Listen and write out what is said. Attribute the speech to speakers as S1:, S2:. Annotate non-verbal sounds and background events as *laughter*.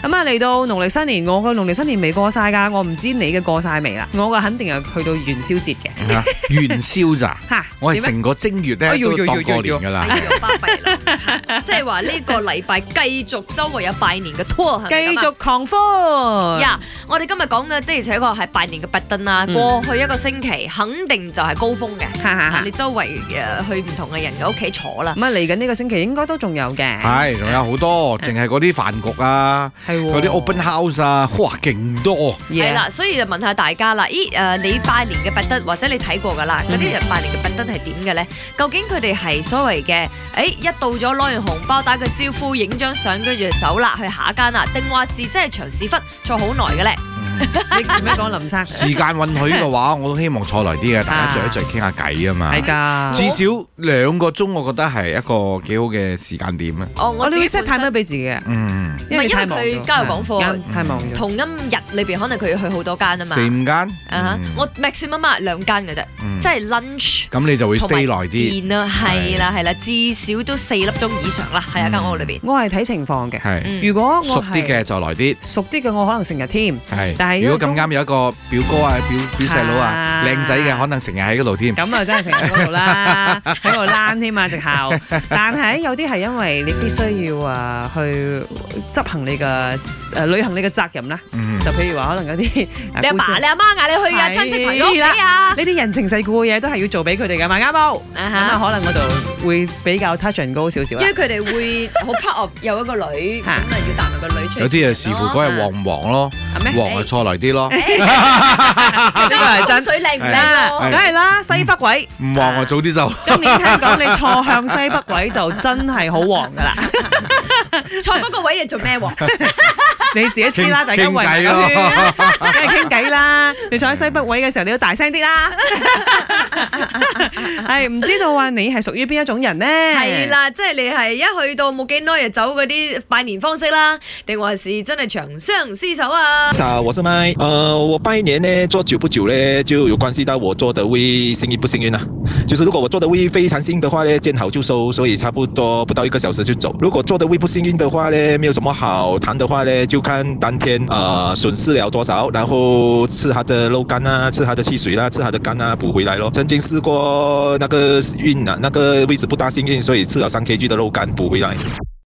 S1: 咁啊，嚟到農曆新年，我個農曆新年未過晒㗎，我唔知你嘅過晒未啦。我嘅肯定係去到元宵節嘅。
S2: 啊元宵咋？
S1: 嚇，
S2: 我係
S1: 點啊
S2: 成個正月
S1: 哎
S2: 咧
S1: 呦
S2: 都
S1: 呦
S2: 當
S1: 呦
S2: 過
S1: 呦
S2: 年
S1: 呦
S2: 㗎
S3: 哎
S2: 啦。
S3: 呀，巴閉啦！即係話呢個禮拜繼續周圍有拜年嘅 tour，係咪咁啊
S1: 繼續狂歡。
S3: 呀我哋今日講嘅的而且確係拜年嘅拔燈啦，
S1: 嗯啊
S3: 過去一個星期肯定就係高峰嘅。啊
S1: 哈哈哈
S3: 你周圍誒去唔同嘅人嘅屋企坐啦，
S1: 咁啊，嚟緊呢個星期應該都仲有嘅。
S2: 係，仲有好多，淨係嗰啲飯局啊，
S1: 係喎
S2: 嗰啲 à. open house à. 啊，哇，勁多！
S3: 係
S1: Yeah
S3: 啦，所以就問下大家啦，咦誒、呃你拜年嘅拔燈或者你睇過㗎啦，
S1: 嗯
S3: 嗰啲人拜年嘅拔燈係點嘅咧？究竟佢哋係所謂嘅誒一到咗攞完紅包打個招呼，影張相跟住就走啦，去下一間啦，定話是真係長屎忽坐好耐嘅咧？
S2: Ừ,
S1: 你做咩講林生？
S2: 時間允許嘅話，我都希望坐耐啲嘅，大家聚一聚傾下偈啊嘛。
S1: 係㗎。
S2: 至少兩個鐘，我覺得係一個幾好嘅時間點啊。
S3: 哦，我
S1: 我
S3: 自
S1: 哋會
S3: 己
S1: set
S3: 本身
S1: time 俾自己嘅，
S2: 嗯，
S1: 因為
S3: 唔係因為
S1: 太忙咗
S3: 佢交友廣課
S1: 係啱太忙咗。
S3: 同一日裏邊可能佢要去好多間啊嘛
S2: 四。五間，
S3: 啊哈
S2: 嗯
S3: 我 maximum 啊兩間嘅啫，
S2: 嗯
S3: 即係 lunch
S2: 咁你就會
S3: 同埋
S2: stay 耐啲，
S3: 電啊，係啦係啦，至少都四粒鐘以上啦，喺一間屋裏邊。
S1: 我係睇情況嘅。
S2: 係
S3: 嗯
S1: 如果我
S2: 熟啲
S1: 係
S2: 嘅就耐啲，
S1: 熟啲嘅，我可能成日添。
S2: 係。
S1: 但係
S2: 如果咁啱有一個表哥啊、表表細佬啊、
S1: 啊
S2: 靚仔嘅，可能成日喺嗰度添。
S1: 咁啊，真係成日嗰
S2: *laughs*
S1: 度啦，喺度躝添啊，直頭。但係有啲係因為你必須要啊去執行你嘅誒、呃履行你嘅責任啦。
S2: 嗯
S1: 就譬如話，可能
S2: *laughs*
S1: 嗰啲
S3: 你阿爸、你阿媽嗌你去啊，
S1: 係
S3: 親戚朋友屋企啊，
S1: 呢啲人情世故嘅嘢都係要做俾佢哋嘅，咪啱冇？
S3: 啊
S1: 咁啊，
S3: 哈
S1: 可能我就會比較 touch and go 少少
S3: 因
S1: 啦
S3: 為。佢哋會好 proud of 有一個女，咁
S1: 嚇
S3: 啊要帶埋個女出嚟。
S2: 有啲啊，視乎嗰日旺唔旺咯，
S1: 係咩？哎
S2: 旺就坐耐啲咯，
S1: 呢個係
S2: *laughs*
S3: 風
S1: 真。
S3: 水靚唔靚
S1: 啦，
S3: 咯
S2: 係
S1: 梗係啦，西北位。
S2: 唔旺我早啲
S1: *laughs*
S2: 就。
S1: 今年聽講你錯向西北位就真係好旺噶啦，
S3: 坐嗰個位又做咩喎？
S1: 你自己知啦，
S2: 傾
S1: 大家圍埋啊
S2: 傾偈咯
S1: 個圈梗係傾偈啦。你坐喺西北位嘅時候，你要大聲啲
S3: *laughs*
S1: 啦。係唔知道啊？你係屬於邊一種人呢？
S3: 係，啦，即係你係一去到冇幾耐就走嗰啲拜年方式啦，定還是真係長相厮守啊？
S4: 早，我是麦。呃，我拜年呢做久不久呢，就有关系到我做的胃幸运不幸运啦、就是如果我做的胃非常幸运的话呢，见好就收，所以差不多不到一个小时就走。如果做的胃不幸运的话呢，没有什么好谈的话呢，就看当天呃损失了多少，然后吃它的肉干啊，吃它的汽水啦、吃它的肝啊，补回来咯。曾经试过那个运啊，那个位置不大幸运，所以吃了三 kg 的肉干补回来。